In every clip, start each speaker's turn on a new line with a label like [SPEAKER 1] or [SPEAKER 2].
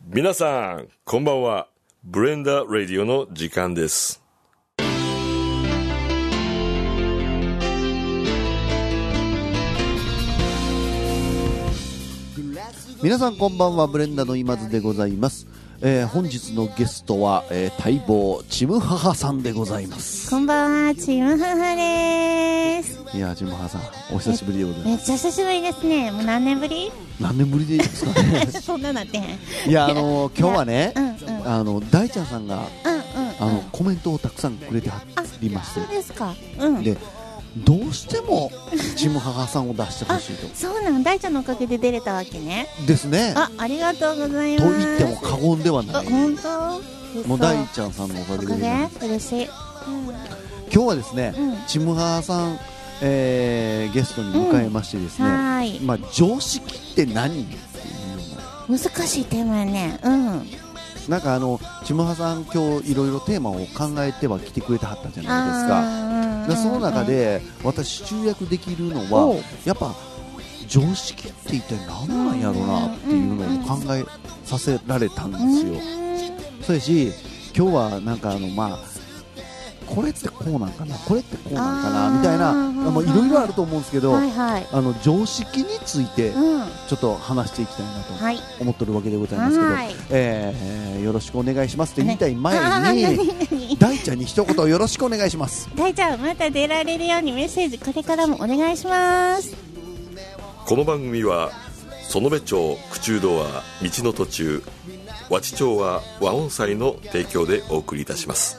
[SPEAKER 1] 皆さん、こんばんは。ブレンダーラディオの時間です。
[SPEAKER 2] 皆さんこんばんはブレンダの今津でございます、えー本日のゲストは、えー待望ちむははさんでございます
[SPEAKER 3] こんばんは、チームハハです。
[SPEAKER 2] いやーちむははさんお久しぶりでございます
[SPEAKER 3] めっちゃ久しぶりですね。もう何年ぶり
[SPEAKER 2] 何年ぶりでいい ですかね
[SPEAKER 3] そんななってへん。
[SPEAKER 2] いやあのー今日はね、
[SPEAKER 3] うんうん
[SPEAKER 2] あの大ちゃんさんが
[SPEAKER 3] うんうん。
[SPEAKER 2] あのコメントをたくさんくれてはりまして
[SPEAKER 3] そうですか。うん。
[SPEAKER 2] でどうしてもちむははさんを出してほ
[SPEAKER 3] あ
[SPEAKER 2] しいと、
[SPEAKER 3] そうなん、大ちゃんのおかげで出れたわけね。
[SPEAKER 2] ですね
[SPEAKER 3] あ、ありがとうございま
[SPEAKER 2] と
[SPEAKER 3] す。
[SPEAKER 2] 言っても過言では
[SPEAKER 3] あ、
[SPEAKER 2] ない
[SPEAKER 3] 本当
[SPEAKER 2] もう大ちゃんさんのおか
[SPEAKER 3] お
[SPEAKER 2] げで
[SPEAKER 3] か
[SPEAKER 2] ございます
[SPEAKER 3] げ嬉しい。
[SPEAKER 2] 今日はですね、
[SPEAKER 3] うん
[SPEAKER 2] ちむははさん、えーゲストに迎えましてですね、
[SPEAKER 3] うんはーい
[SPEAKER 2] まあ、常識って何っていうような
[SPEAKER 3] 難しいテーマやね。うん。
[SPEAKER 2] なんかあのちむははさん今日いろいろテーマを考えては来てくれてはったじゃないですか
[SPEAKER 3] あー
[SPEAKER 2] でその中、で私集約できるの
[SPEAKER 3] お
[SPEAKER 2] は
[SPEAKER 3] う
[SPEAKER 2] やっぱ常識って一体何なんやろなっていうのを考えさせられたんで
[SPEAKER 3] うん
[SPEAKER 2] すよ、そうやし今日はなんかあのまあこれってこうなんかなこれってこうなんか
[SPEAKER 3] あ
[SPEAKER 2] な
[SPEAKER 3] ー
[SPEAKER 2] みたいな
[SPEAKER 3] うんうんうん
[SPEAKER 2] まあいろいろあると思うんですけ
[SPEAKER 3] う
[SPEAKER 2] ど、
[SPEAKER 3] んはいはい。
[SPEAKER 2] あの常識について
[SPEAKER 3] うん。
[SPEAKER 2] ちょっと話していきたいなと
[SPEAKER 3] はい。
[SPEAKER 2] 思ってるわけでございますけど
[SPEAKER 3] はい、
[SPEAKER 2] えーえーよろしくお願いしますって言いたい
[SPEAKER 3] あ
[SPEAKER 2] 前
[SPEAKER 3] ー
[SPEAKER 2] に
[SPEAKER 3] 何何
[SPEAKER 2] 大ちゃんに一言よろしくお願いします
[SPEAKER 3] 大ちゃんまた出られるようにメッセージこれからもお願いします
[SPEAKER 1] この番組は、園部町口中堂は道の途中、和知町は和音祭の提供でお送りいたします。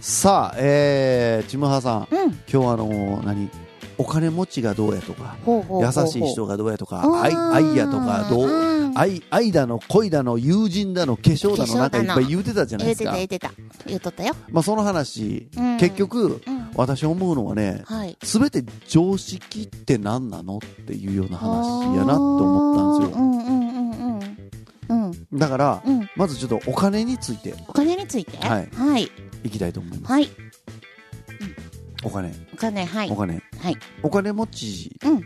[SPEAKER 2] さあ、えー、ちむはさん、
[SPEAKER 3] うん
[SPEAKER 2] 今日はあのー何お金持ちがどうやとか
[SPEAKER 3] ほうほうほうほう
[SPEAKER 2] 優しい人がどうやとか
[SPEAKER 3] あ
[SPEAKER 2] 愛
[SPEAKER 3] ー
[SPEAKER 2] 愛やとかど
[SPEAKER 3] う
[SPEAKER 2] うん愛愛だの恋だの友人だの化粧だの
[SPEAKER 3] 化粧だの
[SPEAKER 2] なんかいっぱい言うてたじゃない
[SPEAKER 3] 言
[SPEAKER 2] で
[SPEAKER 3] う
[SPEAKER 2] す
[SPEAKER 3] てた
[SPEAKER 2] か
[SPEAKER 3] 言うてた言うとったよ
[SPEAKER 2] まあその話、
[SPEAKER 3] うん
[SPEAKER 2] 結局
[SPEAKER 3] うん
[SPEAKER 2] 私思うのはね
[SPEAKER 3] はい
[SPEAKER 2] 全て常識って何なのっていうような話やなと思ったんですよ
[SPEAKER 3] んですようんうんうんうんうん
[SPEAKER 2] だから
[SPEAKER 3] うん
[SPEAKER 2] まずちょっとお金について
[SPEAKER 3] お金について
[SPEAKER 2] はい
[SPEAKER 3] はい
[SPEAKER 2] いきたいと思います、
[SPEAKER 3] はい
[SPEAKER 2] お金
[SPEAKER 3] お金はい
[SPEAKER 2] お金
[SPEAKER 3] はい
[SPEAKER 2] お金持ち
[SPEAKER 3] うん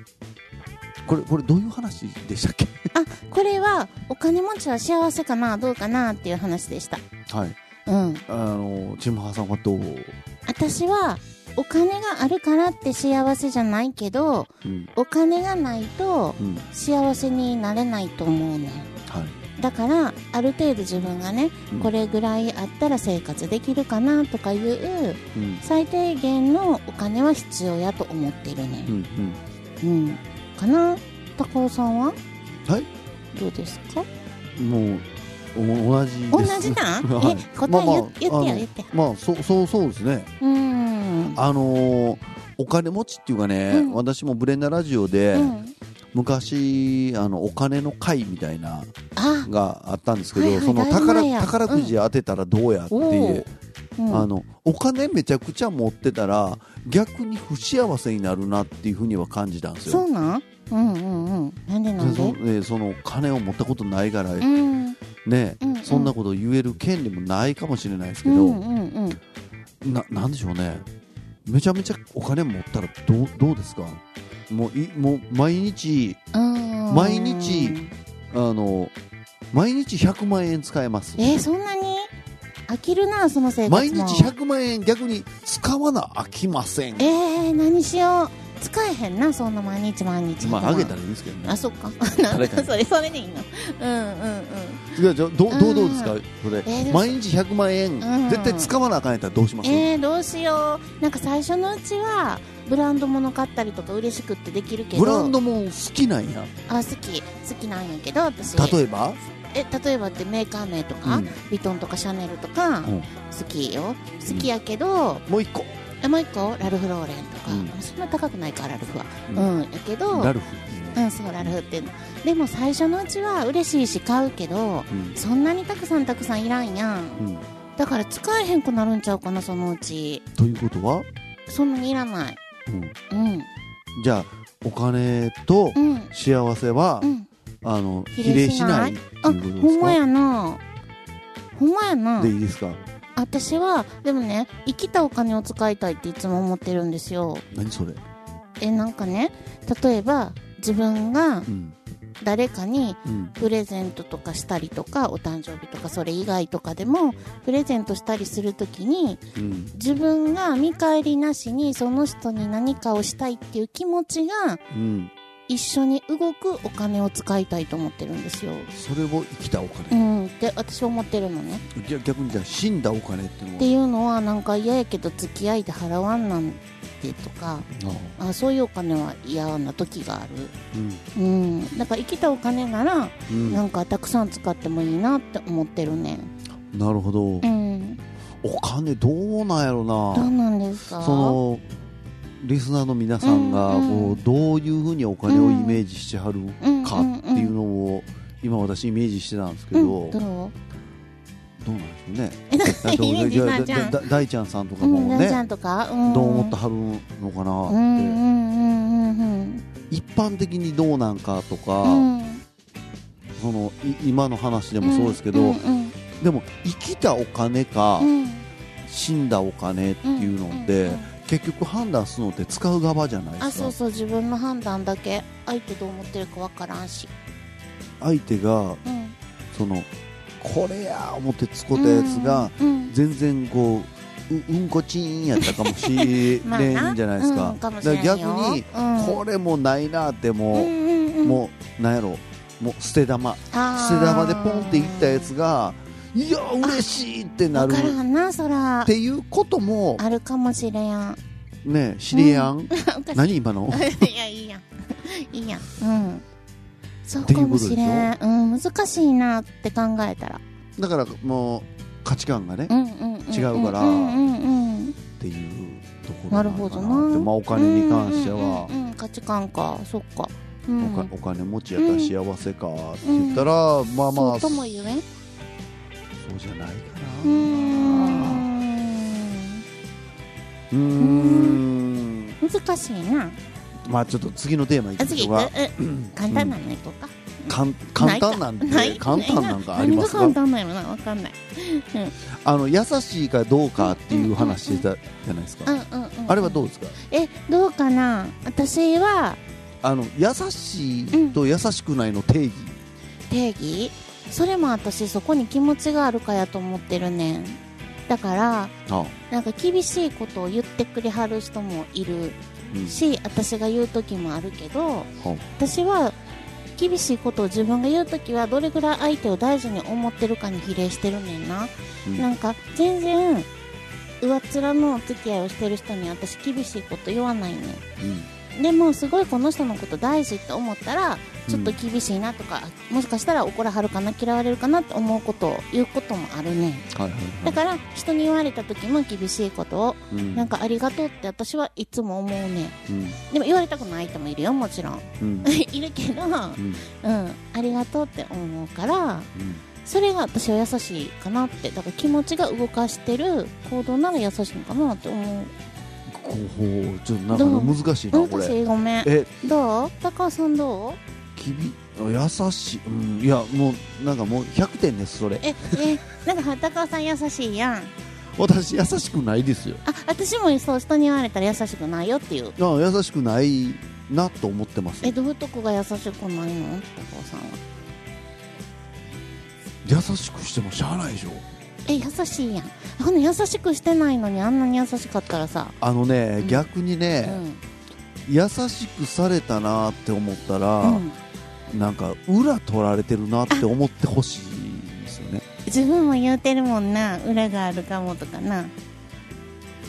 [SPEAKER 2] これこれどういう話でしたっけ
[SPEAKER 3] あこれはお金持ちは幸せかなどうかなっていう話でした
[SPEAKER 2] はい
[SPEAKER 3] うん
[SPEAKER 2] あのチームハーさんはどう、う
[SPEAKER 3] 私はお金があるからって幸せじゃないけど
[SPEAKER 2] ん
[SPEAKER 3] お金がないと
[SPEAKER 2] うん
[SPEAKER 3] 幸せになれないと思うねん
[SPEAKER 2] はい
[SPEAKER 3] だからある程度自分がね、
[SPEAKER 2] うん
[SPEAKER 3] これぐらいあったら生活できるかなとかいう
[SPEAKER 2] うん
[SPEAKER 3] 最低限のお金は必要やと思ってる
[SPEAKER 2] うんう
[SPEAKER 3] ね、
[SPEAKER 2] ん、
[SPEAKER 3] うんかな高尾さんは
[SPEAKER 2] はい
[SPEAKER 3] どうですか
[SPEAKER 2] もうお同じ
[SPEAKER 3] 同
[SPEAKER 2] です
[SPEAKER 3] じなん、
[SPEAKER 2] はい
[SPEAKER 3] え答え言,、言って
[SPEAKER 2] あ
[SPEAKER 3] よ
[SPEAKER 2] の
[SPEAKER 3] 言ってよ
[SPEAKER 2] まあそうそうそうですね
[SPEAKER 3] うーん
[SPEAKER 2] あのーお金持ちっていうかね、
[SPEAKER 3] うん
[SPEAKER 2] 私もブレンダラジオで、
[SPEAKER 3] うん
[SPEAKER 2] 昔あのお金の会みたいな
[SPEAKER 3] あ
[SPEAKER 2] があったんですけど、
[SPEAKER 3] はいはい
[SPEAKER 2] その
[SPEAKER 3] だいぶ
[SPEAKER 2] 宝
[SPEAKER 3] 前や
[SPEAKER 2] 宝くじ当てたらどうやっていう、
[SPEAKER 3] うん
[SPEAKER 2] あのお金めちゃくちゃ持ってたら逆に不幸せになるなっていうふうには感じたんです
[SPEAKER 3] そ
[SPEAKER 2] よ。
[SPEAKER 3] うなんうんうんうんなんでなん
[SPEAKER 2] でそ
[SPEAKER 3] で
[SPEAKER 2] えーその金を持ったことないから、
[SPEAKER 3] うん
[SPEAKER 2] ね、
[SPEAKER 3] うんうん
[SPEAKER 2] そんなこと言える権利もないかもしれないですけ
[SPEAKER 3] う
[SPEAKER 2] ど、
[SPEAKER 3] んうんうん
[SPEAKER 2] ななんでしょうねめちゃめちゃお金持ったらどうどうですかもういもう毎日
[SPEAKER 3] うん
[SPEAKER 2] 毎日あの毎日100万円使えます
[SPEAKER 3] えーそんなに飽きるなその生活も
[SPEAKER 2] 毎日100万円逆に使わなあきません
[SPEAKER 3] えー、何しよう使えへんなそんな毎日毎日
[SPEAKER 2] まああげた
[SPEAKER 3] ら
[SPEAKER 2] らいいんですけどね
[SPEAKER 3] あそっか なん
[SPEAKER 2] 誰
[SPEAKER 3] だ
[SPEAKER 2] かに
[SPEAKER 3] それそれでいいのうんうん
[SPEAKER 2] いやじゃあどうどう
[SPEAKER 3] うん
[SPEAKER 2] どうですかそれ、
[SPEAKER 3] ーでも
[SPEAKER 2] 毎日100万円、
[SPEAKER 3] うん
[SPEAKER 2] 絶対使わなあかんやったらどうしま
[SPEAKER 3] うん
[SPEAKER 2] す、
[SPEAKER 3] えー、どうしようなんか最初のうちはブランド物買ったりとか嬉しくってできるけど
[SPEAKER 2] ブランドも好きなんや
[SPEAKER 3] あ好き好きなんやけど私
[SPEAKER 2] 例えば、
[SPEAKER 3] え例えばってメーカー名とか、
[SPEAKER 2] うん
[SPEAKER 3] ヴィトンとかシャネルとか、
[SPEAKER 2] うん
[SPEAKER 3] 好きよ好きやけど、
[SPEAKER 2] もう一個
[SPEAKER 3] えもう一個ラルフローレンとか、
[SPEAKER 2] う
[SPEAKER 3] そんな高くないからラルフは
[SPEAKER 2] う
[SPEAKER 3] うんん、やけど
[SPEAKER 2] ラルフっていうね
[SPEAKER 3] うん、そうラルフっていうのでも最初のうちは嬉しいし買うけどそんなにたくさんたくさんいらんやん
[SPEAKER 2] うんうん、
[SPEAKER 3] だから使えへんくなるんちゃうかなそのうち
[SPEAKER 2] ということは、
[SPEAKER 3] そんなにいらない
[SPEAKER 2] うん、
[SPEAKER 3] うん
[SPEAKER 2] じゃあお金と
[SPEAKER 3] うん
[SPEAKER 2] 幸せは、
[SPEAKER 3] うん
[SPEAKER 2] あの比
[SPEAKER 3] 比
[SPEAKER 2] 例
[SPEAKER 3] 例
[SPEAKER 2] し
[SPEAKER 3] し
[SPEAKER 2] な
[SPEAKER 3] ないい
[SPEAKER 2] っていう
[SPEAKER 3] あ
[SPEAKER 2] ことで
[SPEAKER 3] ほ
[SPEAKER 2] す
[SPEAKER 3] んま
[SPEAKER 2] か
[SPEAKER 3] やなほんまやな
[SPEAKER 2] でいいですか
[SPEAKER 3] 私はでもね生きたお金を使いたいっていつも思ってるんですよ
[SPEAKER 2] 何それ、
[SPEAKER 3] えなんかね例えば自分が
[SPEAKER 2] うん
[SPEAKER 3] 誰かに
[SPEAKER 2] うん、
[SPEAKER 3] プレゼントとかしたりとかお誕生日とかそれ以外とかでもプレゼントしたりするときに
[SPEAKER 2] うん、
[SPEAKER 3] 自分が見返りなしにその人に何かをしたいっていう気持ちが
[SPEAKER 2] うん、
[SPEAKER 3] 一緒に動くお金を使いたいと思ってるんですよ。
[SPEAKER 2] それを生きたお
[SPEAKER 3] う
[SPEAKER 2] 金、
[SPEAKER 3] ん、って私は思ってるのね。
[SPEAKER 2] じゃあ逆にじゃあ死んだお金って
[SPEAKER 3] っ
[SPEAKER 2] い
[SPEAKER 3] て
[SPEAKER 2] う
[SPEAKER 3] いうのはなんか嫌やけど付き合いで払わんなんてとか
[SPEAKER 2] のは、
[SPEAKER 3] あそういうお金は嫌な時がある。
[SPEAKER 2] うん
[SPEAKER 3] うん、だから生きたお金なら
[SPEAKER 2] うん、
[SPEAKER 3] なんかたくさん使ってもいいなって思ってるね。
[SPEAKER 2] なるほど
[SPEAKER 3] う、ん、
[SPEAKER 2] お金どうなんやろ
[SPEAKER 3] どう
[SPEAKER 2] な、
[SPEAKER 3] なんですか。
[SPEAKER 2] そのリスナーの皆さんが
[SPEAKER 3] うんう
[SPEAKER 2] こ
[SPEAKER 3] ん
[SPEAKER 2] うどういうふうにお金をイメージしてはる
[SPEAKER 3] うん
[SPEAKER 2] かっていうのを今私イメージしてたんですけ
[SPEAKER 3] う
[SPEAKER 2] ど、
[SPEAKER 3] んうん、
[SPEAKER 2] どう
[SPEAKER 3] どう
[SPEAKER 2] なんでしょうね。
[SPEAKER 3] えなんか
[SPEAKER 2] だ
[SPEAKER 3] イメージ
[SPEAKER 2] だ
[SPEAKER 3] なんじゃん
[SPEAKER 2] だ。だ大ちゃんさんとか
[SPEAKER 3] う
[SPEAKER 2] も
[SPEAKER 3] ん、
[SPEAKER 2] ね
[SPEAKER 3] ち、ゃんとか、うん、
[SPEAKER 2] どう思ってはるのかなっ
[SPEAKER 3] う
[SPEAKER 2] て、
[SPEAKER 3] んうんうんうんうん
[SPEAKER 2] 一般的にどうなんかとか、
[SPEAKER 3] うん
[SPEAKER 2] そのい今の話でもそうですけど、
[SPEAKER 3] うんうん
[SPEAKER 2] でも生きたお金か、
[SPEAKER 3] うん
[SPEAKER 2] 死んだお金って
[SPEAKER 3] うん
[SPEAKER 2] いうので、
[SPEAKER 3] んん
[SPEAKER 2] 結局判断するのって使う側じゃないですか
[SPEAKER 3] あそうそう自分の判断だけ相手どう思ってるかわからんし、
[SPEAKER 2] 相手が
[SPEAKER 3] うん、
[SPEAKER 2] そのこれや思って使ったやつが、
[SPEAKER 3] うんうん
[SPEAKER 2] 全然こうううんこちんやったかもしれんじゃないですか,、
[SPEAKER 3] まあなうんかもしれんよ
[SPEAKER 2] 逆に、
[SPEAKER 3] うん
[SPEAKER 2] これもないなって
[SPEAKER 3] うん
[SPEAKER 2] も
[SPEAKER 3] うん
[SPEAKER 2] う、
[SPEAKER 3] うん、
[SPEAKER 2] もうなんやろもう捨て玉捨て玉でポンっていったやつがいや嬉しいってな
[SPEAKER 3] な
[SPEAKER 2] る
[SPEAKER 3] る
[SPEAKER 2] っ
[SPEAKER 3] からんなそら
[SPEAKER 2] ていうことも
[SPEAKER 3] あるかもしれん
[SPEAKER 2] ね知り合ん、
[SPEAKER 3] お かしい
[SPEAKER 2] 何今の
[SPEAKER 3] いやいいやんいいやんうんそうかもしれん
[SPEAKER 2] っ
[SPEAKER 3] うん難しいなって考えたら、
[SPEAKER 2] だからもう価値観がね、
[SPEAKER 3] うんうんうんうん、
[SPEAKER 2] 違うから
[SPEAKER 3] うんうんうん
[SPEAKER 2] っていうところ
[SPEAKER 3] な
[SPEAKER 2] な
[SPEAKER 3] る
[SPEAKER 2] のかな
[SPEAKER 3] ほど
[SPEAKER 2] っ
[SPEAKER 3] な
[SPEAKER 2] て、まあ、お金に関しては、
[SPEAKER 3] うんうんうんうん価値観かそっか、う
[SPEAKER 2] お
[SPEAKER 3] ん、
[SPEAKER 2] かお金持ちやったら幸せかって言ったら、まあま
[SPEAKER 3] そ
[SPEAKER 2] あ
[SPEAKER 3] うとも
[SPEAKER 2] そう
[SPEAKER 3] 言えんう
[SPEAKER 2] じゃないかな
[SPEAKER 3] ーん
[SPEAKER 2] うーん
[SPEAKER 3] 難しいな
[SPEAKER 2] まあちょっと次のテーマいき
[SPEAKER 3] あ
[SPEAKER 2] まし
[SPEAKER 3] 次
[SPEAKER 2] ょう
[SPEAKER 3] 行
[SPEAKER 2] か
[SPEAKER 3] くうん簡単なの行こうか、
[SPEAKER 2] かん簡単なんで
[SPEAKER 3] ない
[SPEAKER 2] 簡単なんかあります
[SPEAKER 3] 何
[SPEAKER 2] か
[SPEAKER 3] が簡単なのなわかんない
[SPEAKER 2] あの優しいかどうかっていう話してたじゃないです
[SPEAKER 3] う
[SPEAKER 2] か、
[SPEAKER 3] んうんうん
[SPEAKER 2] あれはどうですか
[SPEAKER 3] えどうかな私は
[SPEAKER 2] あの優しいと優しくないの定義、
[SPEAKER 3] 定義それも私そこに気持ちがあるかやと思ってるねんだから
[SPEAKER 2] あ
[SPEAKER 3] なんか厳しいことを言ってくれはる人もいる
[SPEAKER 2] うん
[SPEAKER 3] し私が言う時もあるけど
[SPEAKER 2] は
[SPEAKER 3] 私は厳しいことを自分が言う時はどれぐらい相手を大事に思ってるかに比例してるねんな、
[SPEAKER 2] うん
[SPEAKER 3] なんか全然上っ面のお付き合いをしてる人に私厳しいこと言わないねんでもすごいこの人のこと大事って思ったらちょっと厳しいなとか、もしかしたら怒らはるかな嫌われるかなって思うことを言うこともあるねん
[SPEAKER 2] いはいは
[SPEAKER 3] だから人に言われた時も厳しいことを
[SPEAKER 2] い、うん
[SPEAKER 3] なんかありがとうって私はいつも思うね
[SPEAKER 2] うん
[SPEAKER 3] んでも言われたくない人もいるよもちろん
[SPEAKER 2] うん
[SPEAKER 3] いるけど
[SPEAKER 2] うん
[SPEAKER 3] うん、ありがとうって思うから
[SPEAKER 2] うん
[SPEAKER 3] それが私は優しいかなってだから気持ちが動かしてる行動なら優しいのかなって思う
[SPEAKER 2] こうちょっとなんかね難しいなこ
[SPEAKER 3] 難
[SPEAKER 2] れ
[SPEAKER 3] しいごめん
[SPEAKER 2] え
[SPEAKER 3] どう高尾さんどう
[SPEAKER 2] きび優しい、うん、いやもうなんかもう100点ですそれ
[SPEAKER 3] ええ なんか高尾さん優しいやんあ
[SPEAKER 2] 私優しくないですよ
[SPEAKER 3] 私もそう人に言われたら優しくないよっていう
[SPEAKER 2] あ優しくないなと思ってます
[SPEAKER 3] えどういうとこが優しくないの高尾さんは
[SPEAKER 2] 優しくしてもしゃあないでしょ
[SPEAKER 3] え優しいやんほんの優しくしてないのにあんなに優しかったらさ、
[SPEAKER 2] あのね、
[SPEAKER 3] うん
[SPEAKER 2] 逆に
[SPEAKER 3] う
[SPEAKER 2] ね、
[SPEAKER 3] ん
[SPEAKER 2] 優しくされたなって思ったら、
[SPEAKER 3] うん、
[SPEAKER 2] なんか裏取られてるなって思ってほしいですよね
[SPEAKER 3] 自分も言うてるもんな裏があるかもとかな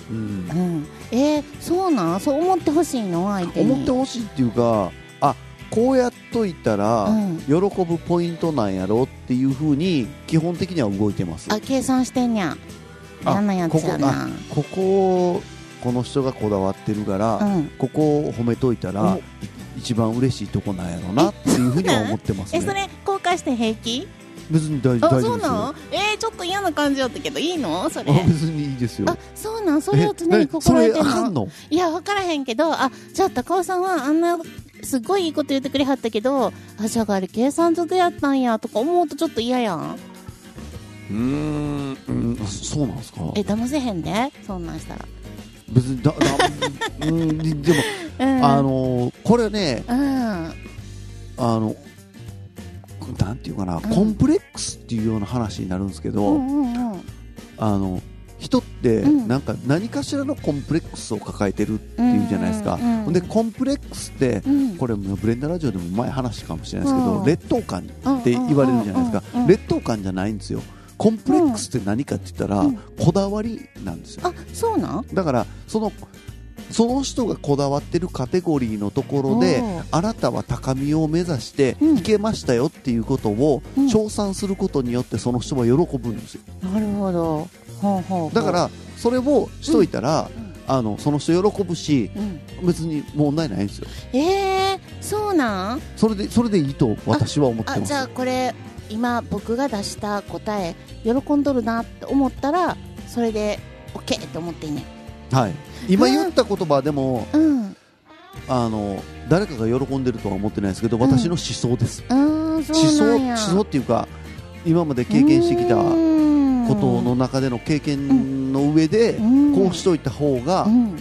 [SPEAKER 2] うん
[SPEAKER 3] うん、えー、そうなんそう思ってほしいの相手に
[SPEAKER 2] 思ってほしいっていうかあこうやっといたら、
[SPEAKER 3] うん
[SPEAKER 2] 喜ぶポイントなんやろっていうふうに基本的には動いてます
[SPEAKER 3] あ計算してんにゃ
[SPEAKER 2] あ
[SPEAKER 3] 嫌なやつやな
[SPEAKER 2] ここをこの人がこだわってるから、
[SPEAKER 3] うん
[SPEAKER 2] ここを褒めといたら
[SPEAKER 3] お
[SPEAKER 2] い一番嬉しいとこなんやろなっていうふうには思ってます
[SPEAKER 3] えそ
[SPEAKER 2] ね
[SPEAKER 3] れ公開して平気
[SPEAKER 2] 別に大
[SPEAKER 3] あ
[SPEAKER 2] 大丈夫
[SPEAKER 3] そう
[SPEAKER 2] です
[SPEAKER 3] な
[SPEAKER 2] よ
[SPEAKER 3] のえー、ちょっと嫌な感じだったけどいいのそれ
[SPEAKER 2] あ別にいいですよ
[SPEAKER 3] あそうなんそれを常
[SPEAKER 2] えな
[SPEAKER 3] に
[SPEAKER 2] そ
[SPEAKER 3] 心
[SPEAKER 2] れ
[SPEAKER 3] 得て
[SPEAKER 2] あ
[SPEAKER 3] ん
[SPEAKER 2] か
[SPEAKER 3] の
[SPEAKER 2] んの
[SPEAKER 3] いや分からへんけどあじゃあ高尾さんはあんなすごいいいこと言ってくれはったけどあじゃああれ計算上でやったんやとか思うとちょっと嫌やん
[SPEAKER 2] うーんうんあそうなんですか
[SPEAKER 3] え騙せへんでそんなんしたら
[SPEAKER 2] 別にだだうんででも、
[SPEAKER 3] うん
[SPEAKER 2] あのーこれね
[SPEAKER 3] うん
[SPEAKER 2] あのなんていうかな、
[SPEAKER 3] ん
[SPEAKER 2] コンプレックスっていうような話になるんですけど、
[SPEAKER 3] うんうんうん
[SPEAKER 2] あの人って
[SPEAKER 3] うん
[SPEAKER 2] なんか何かしらのコンプレックスを抱えてるっていうじゃないですか、
[SPEAKER 3] うんうんうん
[SPEAKER 2] ほんでコンプレックスって
[SPEAKER 3] うん
[SPEAKER 2] これもブレンダラジオでも前話かもしれないですけど、
[SPEAKER 3] うん
[SPEAKER 2] 劣等感って言われるじゃないです
[SPEAKER 3] うんうんうんう
[SPEAKER 2] か
[SPEAKER 3] ん
[SPEAKER 2] 劣等感じゃないんですよコンプレックスって何かって言ったら、
[SPEAKER 3] うん
[SPEAKER 2] こだわりなんですよ
[SPEAKER 3] あそうなん
[SPEAKER 2] だからそのその人がこだわってるカテゴリーのところで
[SPEAKER 3] おー
[SPEAKER 2] あなたは高みを目指して
[SPEAKER 3] うん
[SPEAKER 2] いけましたよっていうことを
[SPEAKER 3] うん
[SPEAKER 2] 称賛することによってその人は喜ぶんですよ
[SPEAKER 3] なるほどほうほうほう
[SPEAKER 2] だからそれをしといたら、
[SPEAKER 3] うん
[SPEAKER 2] あのその人喜ぶし
[SPEAKER 3] うん
[SPEAKER 2] 別に問題ないんですよ
[SPEAKER 3] えー、そうなん
[SPEAKER 2] それでそれでいいと私は思って
[SPEAKER 3] あ
[SPEAKER 2] ま
[SPEAKER 3] じ
[SPEAKER 2] す
[SPEAKER 3] ゃあこれ今僕が出した答え喜んどるなって思ったらそれで OK って思っていいね
[SPEAKER 2] はい、今言った言葉でも、
[SPEAKER 3] うん
[SPEAKER 2] あの誰かが喜んでるとは思ってないですけど私の思想です、
[SPEAKER 3] あー
[SPEAKER 2] 思
[SPEAKER 3] そう
[SPEAKER 2] 想
[SPEAKER 3] なんや
[SPEAKER 2] 思想っていうか今まで経験してきたこ
[SPEAKER 3] こと
[SPEAKER 2] の中での経験の上で、こうしといた方が、
[SPEAKER 3] うん
[SPEAKER 2] あ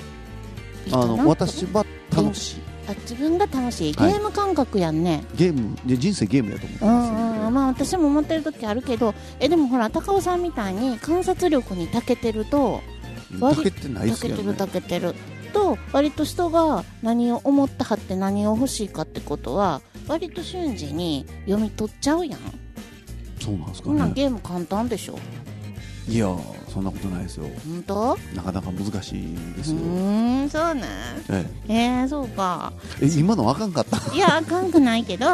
[SPEAKER 3] いいか
[SPEAKER 2] の
[SPEAKER 3] な
[SPEAKER 2] 私は楽しい、
[SPEAKER 3] あ自分が楽しいゲ
[SPEAKER 2] はい
[SPEAKER 3] ーム感覚やんね、
[SPEAKER 2] ゲームで人生ゲームだと思って
[SPEAKER 3] うん
[SPEAKER 2] ます
[SPEAKER 3] うんうん
[SPEAKER 2] んで
[SPEAKER 3] まあ私も思ってる時あるけどえでもほら高尾さんみたいに観察力に長けてると
[SPEAKER 2] うんだけってないで
[SPEAKER 3] 長
[SPEAKER 2] す
[SPEAKER 3] け
[SPEAKER 2] けど
[SPEAKER 3] て
[SPEAKER 2] ね
[SPEAKER 3] る長けてると割と人が何を思ったはって何を欲しいかってことは割と瞬時に読み取っちゃうやん
[SPEAKER 2] そうなんですか
[SPEAKER 3] こんなん
[SPEAKER 2] ね
[SPEAKER 3] ゲーム簡単でしょ
[SPEAKER 2] いやーそんなことないですよ
[SPEAKER 3] 本当
[SPEAKER 2] なかなか難しいで
[SPEAKER 3] う
[SPEAKER 2] すよ、
[SPEAKER 3] ーんそうね
[SPEAKER 2] え
[SPEAKER 3] えー、そうか
[SPEAKER 2] ええ今のあかんかった
[SPEAKER 3] いやあかんくないけど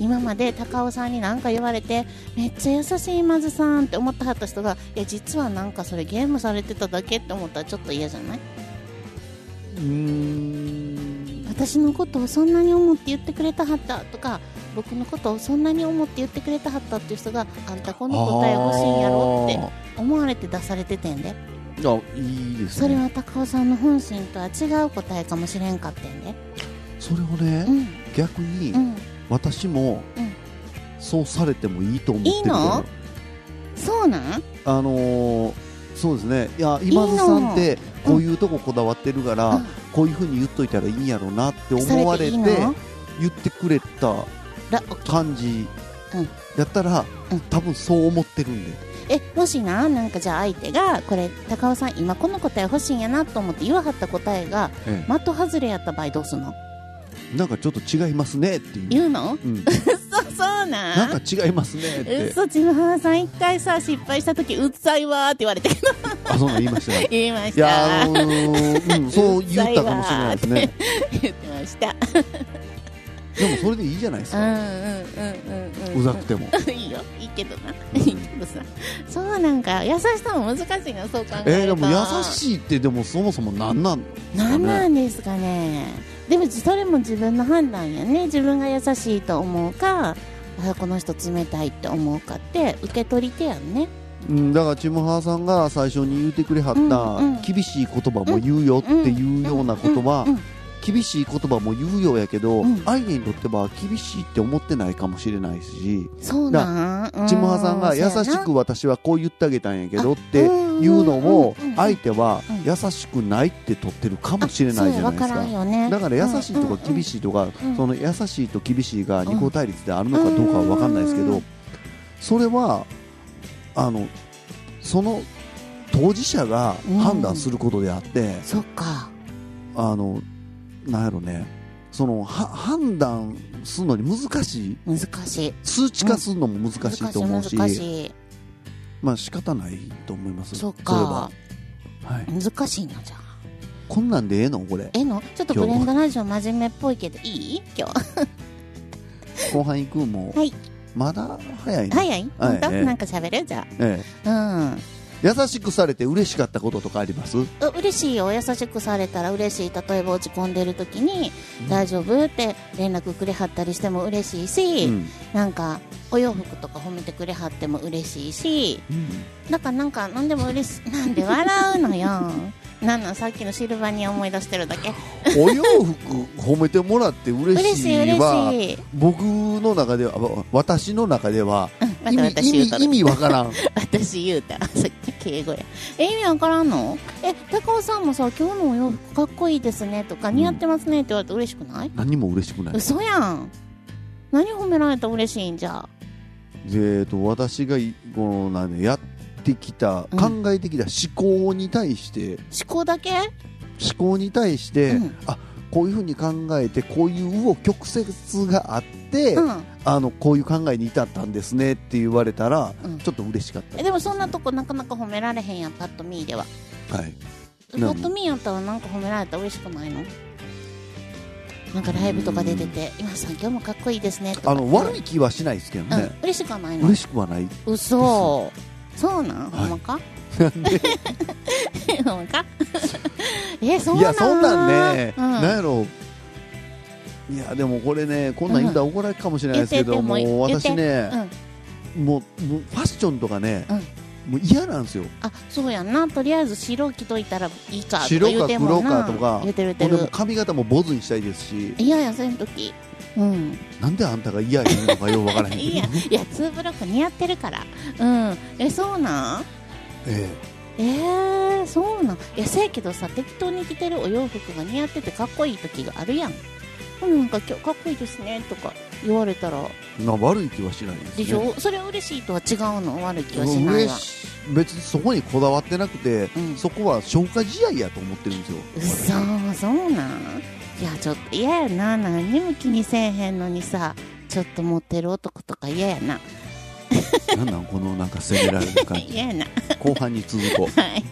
[SPEAKER 3] 今まで高尾さんに何か言われてめっちゃ優しいまずさんって思ったはった人がいや実はなんかそれゲームされてただけって思ったらちょっと嫌じゃないう
[SPEAKER 2] ーん
[SPEAKER 3] 私のことをそんなに思って言ってくれたはったとか僕のことをそんなに思って言ってくれたはったっていう人があんたこの答え欲しいんやろって
[SPEAKER 2] っ
[SPEAKER 3] 思われて出されててんで
[SPEAKER 2] てあいいです
[SPEAKER 3] それ
[SPEAKER 2] ね
[SPEAKER 3] は高尾さんの本心とは違う答えかもしれんかってんで
[SPEAKER 2] それを
[SPEAKER 3] う
[SPEAKER 2] ね
[SPEAKER 3] ん
[SPEAKER 2] 逆に
[SPEAKER 3] うん
[SPEAKER 2] 私も
[SPEAKER 3] うん
[SPEAKER 2] そうされてもいいと思ってるから
[SPEAKER 3] いいのそうなん
[SPEAKER 2] あのーそうですねいや今津さんって
[SPEAKER 3] うん
[SPEAKER 2] こういうとここだわってるから、
[SPEAKER 3] うん
[SPEAKER 2] こういうふうに言っといたらいいんやろうなって
[SPEAKER 3] され
[SPEAKER 2] 思わ
[SPEAKER 3] て
[SPEAKER 2] れ
[SPEAKER 3] い
[SPEAKER 2] て
[SPEAKER 3] いの
[SPEAKER 2] 言ってくれた
[SPEAKER 3] ら OK
[SPEAKER 2] 感じ
[SPEAKER 3] うん
[SPEAKER 2] やったら、
[SPEAKER 3] うん
[SPEAKER 2] 多分そう思ってるんで
[SPEAKER 3] えもしななんかじゃあ相手がこれ高尾さん今この答え欲しいんやなと思って言わはった答えが
[SPEAKER 2] え
[SPEAKER 3] 的外れやった場合どうすんの
[SPEAKER 2] なんかちょっと違いますねっていう、
[SPEAKER 3] 言う の
[SPEAKER 2] うん、
[SPEAKER 3] そうそうなん
[SPEAKER 2] なんか違いますねって
[SPEAKER 3] 嘘ちむはーさん一回さ失敗した時うっさいわーって言われて
[SPEAKER 2] あそんなん言いましたね
[SPEAKER 3] 言いまし
[SPEAKER 2] いや、
[SPEAKER 3] た
[SPEAKER 2] あのーうん、そう言ったかもしれない ですね
[SPEAKER 3] 言ってました
[SPEAKER 2] でもそれでいいじゃないです
[SPEAKER 3] うんう
[SPEAKER 2] か、
[SPEAKER 3] んうんうん
[SPEAKER 2] うざくても
[SPEAKER 3] いいよいいけどないいけどさそうなんか優しさも難しいなそう考えると
[SPEAKER 2] えー、でも優しいってでもそもそも何なんですか
[SPEAKER 3] 何な
[SPEAKER 2] ね
[SPEAKER 3] んですかねでもそれも自分の判断やね自分が優しいと思うかあこの人冷たいって思うかって受け取り手やんね
[SPEAKER 2] うん、だからちむはーさんが最初に言うてくれはった、
[SPEAKER 3] うんうん
[SPEAKER 2] 厳しい言葉も言うよっていうようなことは、
[SPEAKER 3] うんうん
[SPEAKER 2] 厳しい言葉も言うようやけど、
[SPEAKER 3] うん
[SPEAKER 2] 相手にとっては厳しいって思ってないかもしれないし、
[SPEAKER 3] そうなんうん
[SPEAKER 2] ちむはーさんが優
[SPEAKER 3] そう
[SPEAKER 2] し
[SPEAKER 3] やな
[SPEAKER 2] く私はこう言ってあげたんやけどっていうのも相手は優しくないって取ってるかもしれないじゃないです
[SPEAKER 3] あそうやわからん
[SPEAKER 2] か。
[SPEAKER 3] よね
[SPEAKER 2] だから優しいとか厳
[SPEAKER 3] い
[SPEAKER 2] しいとか、
[SPEAKER 3] うん
[SPEAKER 2] その優しいと厳しいが二項対立であるのかどうかは分かんないですけど、
[SPEAKER 3] うん
[SPEAKER 2] それはあのその当事者が判断することであって、
[SPEAKER 3] そっか
[SPEAKER 2] あのなんやろねそのは判断するのに難しい
[SPEAKER 3] 難しい
[SPEAKER 2] 数値化するのも難しいと思うし、
[SPEAKER 3] 難しい
[SPEAKER 2] まあ仕方ないと思います
[SPEAKER 3] そっ
[SPEAKER 2] れは
[SPEAKER 3] か、
[SPEAKER 2] はい、
[SPEAKER 3] 難しいなじゃあ
[SPEAKER 2] こんなんでええのこれ
[SPEAKER 3] えのちょっと
[SPEAKER 2] 今
[SPEAKER 3] ブ
[SPEAKER 2] 日
[SPEAKER 3] レンドラジオ真面目っぽいけどいい今日
[SPEAKER 2] 後半行くもう、
[SPEAKER 3] はい
[SPEAKER 2] まだ早いね、
[SPEAKER 3] 早い
[SPEAKER 2] はい
[SPEAKER 3] 本当、
[SPEAKER 2] ええ
[SPEAKER 3] なんか喋るじゃ
[SPEAKER 2] え
[SPEAKER 3] あうん
[SPEAKER 2] え、優しくされて嬉しかったこととかあります
[SPEAKER 3] う嬉しいよ優しくされたら嬉しい例えば落ち込んでる時に「大丈夫?」って連絡くれはったりしても嬉しいし、
[SPEAKER 2] うん
[SPEAKER 3] なんかお洋服とか褒めてくれはっても嬉しいし
[SPEAKER 2] うん
[SPEAKER 3] なんかなんか何でも嬉しい なんで笑うのよなんなんさっきのシルバニア思い出してるだけ
[SPEAKER 2] お洋服褒めてもらって嬉
[SPEAKER 3] 嬉
[SPEAKER 2] し
[SPEAKER 3] しい
[SPEAKER 2] いは
[SPEAKER 3] 嬉しい
[SPEAKER 2] 僕の中ではわ私の中では
[SPEAKER 3] ま
[SPEAKER 2] 意
[SPEAKER 3] た
[SPEAKER 2] 味
[SPEAKER 3] 私言う
[SPEAKER 2] 意
[SPEAKER 3] と
[SPEAKER 2] 味
[SPEAKER 3] る
[SPEAKER 2] 意味わからん
[SPEAKER 3] 私言うたさっき敬語やえ意味わからんのえ高尾さんもさ今日のお洋服かっこいいですねとか
[SPEAKER 2] うん
[SPEAKER 3] 似合ってますねって言われて嬉しくない、
[SPEAKER 2] 何も嬉しくない
[SPEAKER 3] 嘘やん何褒められたら嬉しいんじゃ
[SPEAKER 2] えー、と私がいこのなんでやってきた、
[SPEAKER 3] うん
[SPEAKER 2] 考えてきた思考に対して
[SPEAKER 3] 思考だけ
[SPEAKER 2] 思考に対して、
[SPEAKER 3] うん
[SPEAKER 2] あこういうふうに考えてこういう紆余曲折があって、
[SPEAKER 3] うん
[SPEAKER 2] あのこういう考えに至ったんですねって言われたら、
[SPEAKER 3] うん
[SPEAKER 2] ちょっと嬉しかった
[SPEAKER 3] えでもそんなとこなかなか褒められへんやんパッと見では
[SPEAKER 2] はい
[SPEAKER 3] パ
[SPEAKER 2] 何
[SPEAKER 3] ッと見やったらなんか褒められたら嬉しくないのなんかライブとかで出てて「今さん今日もかっこいいですね」とか
[SPEAKER 2] あの悪い気はしないですけど
[SPEAKER 3] うん
[SPEAKER 2] ね、
[SPEAKER 3] 嬉しくはないの
[SPEAKER 2] 嬉しくはない
[SPEAKER 3] 嘘そうな
[SPEAKER 2] はい
[SPEAKER 3] んほんまか
[SPEAKER 2] なんで
[SPEAKER 3] ほんまか えそうな
[SPEAKER 2] い
[SPEAKER 3] ん
[SPEAKER 2] やそんなんね、
[SPEAKER 3] う
[SPEAKER 2] なんやろいやでもこれねこんなん言うたら怒られるかもしれないですけど、
[SPEAKER 3] うん
[SPEAKER 2] もう
[SPEAKER 3] 言って
[SPEAKER 2] 私
[SPEAKER 3] もう言って
[SPEAKER 2] ね、
[SPEAKER 3] うん
[SPEAKER 2] もうもうファッションとかね、もう嫌なんですよ
[SPEAKER 3] あそうやんなとりあえず白着といたらいいかとか
[SPEAKER 2] 白
[SPEAKER 3] 言
[SPEAKER 2] か
[SPEAKER 3] うてんもん
[SPEAKER 2] 黒
[SPEAKER 3] な
[SPEAKER 2] かとか
[SPEAKER 3] 言うてる言
[SPEAKER 2] 俺
[SPEAKER 3] うて
[SPEAKER 2] も
[SPEAKER 3] る
[SPEAKER 2] 髪型も坊主にしたいですし
[SPEAKER 3] いやいやそういう時うん
[SPEAKER 2] なんであんたが嫌やのかようわからへんけど
[SPEAKER 3] いやいやツーブロック似合ってるからうんえそうなん
[SPEAKER 2] え
[SPEAKER 3] えー、そうなんいやせやけどさ適当に着てるお洋服が似合っててかっこいい時があるやんほんなんか今日かっこいいですねとか言われたら
[SPEAKER 2] えな悪い気はしないです、ね、
[SPEAKER 3] でしょ、それは嬉しいとは違うの悪い気はし
[SPEAKER 2] うん
[SPEAKER 3] ない
[SPEAKER 2] 嬉
[SPEAKER 3] わ
[SPEAKER 2] し別にそこにこだわってなくて、
[SPEAKER 3] うん
[SPEAKER 2] そこは消化試合やと思ってるん
[SPEAKER 3] うっ
[SPEAKER 2] です
[SPEAKER 3] そ
[SPEAKER 2] よ
[SPEAKER 3] ーそうなんいやちょっと嫌やな何にも気にせえへんのにさちょっと持ってる男とか嫌やな
[SPEAKER 2] なんなんこのなんか責められる感 じ
[SPEAKER 3] 嫌やな
[SPEAKER 2] 後半に続こう
[SPEAKER 3] はい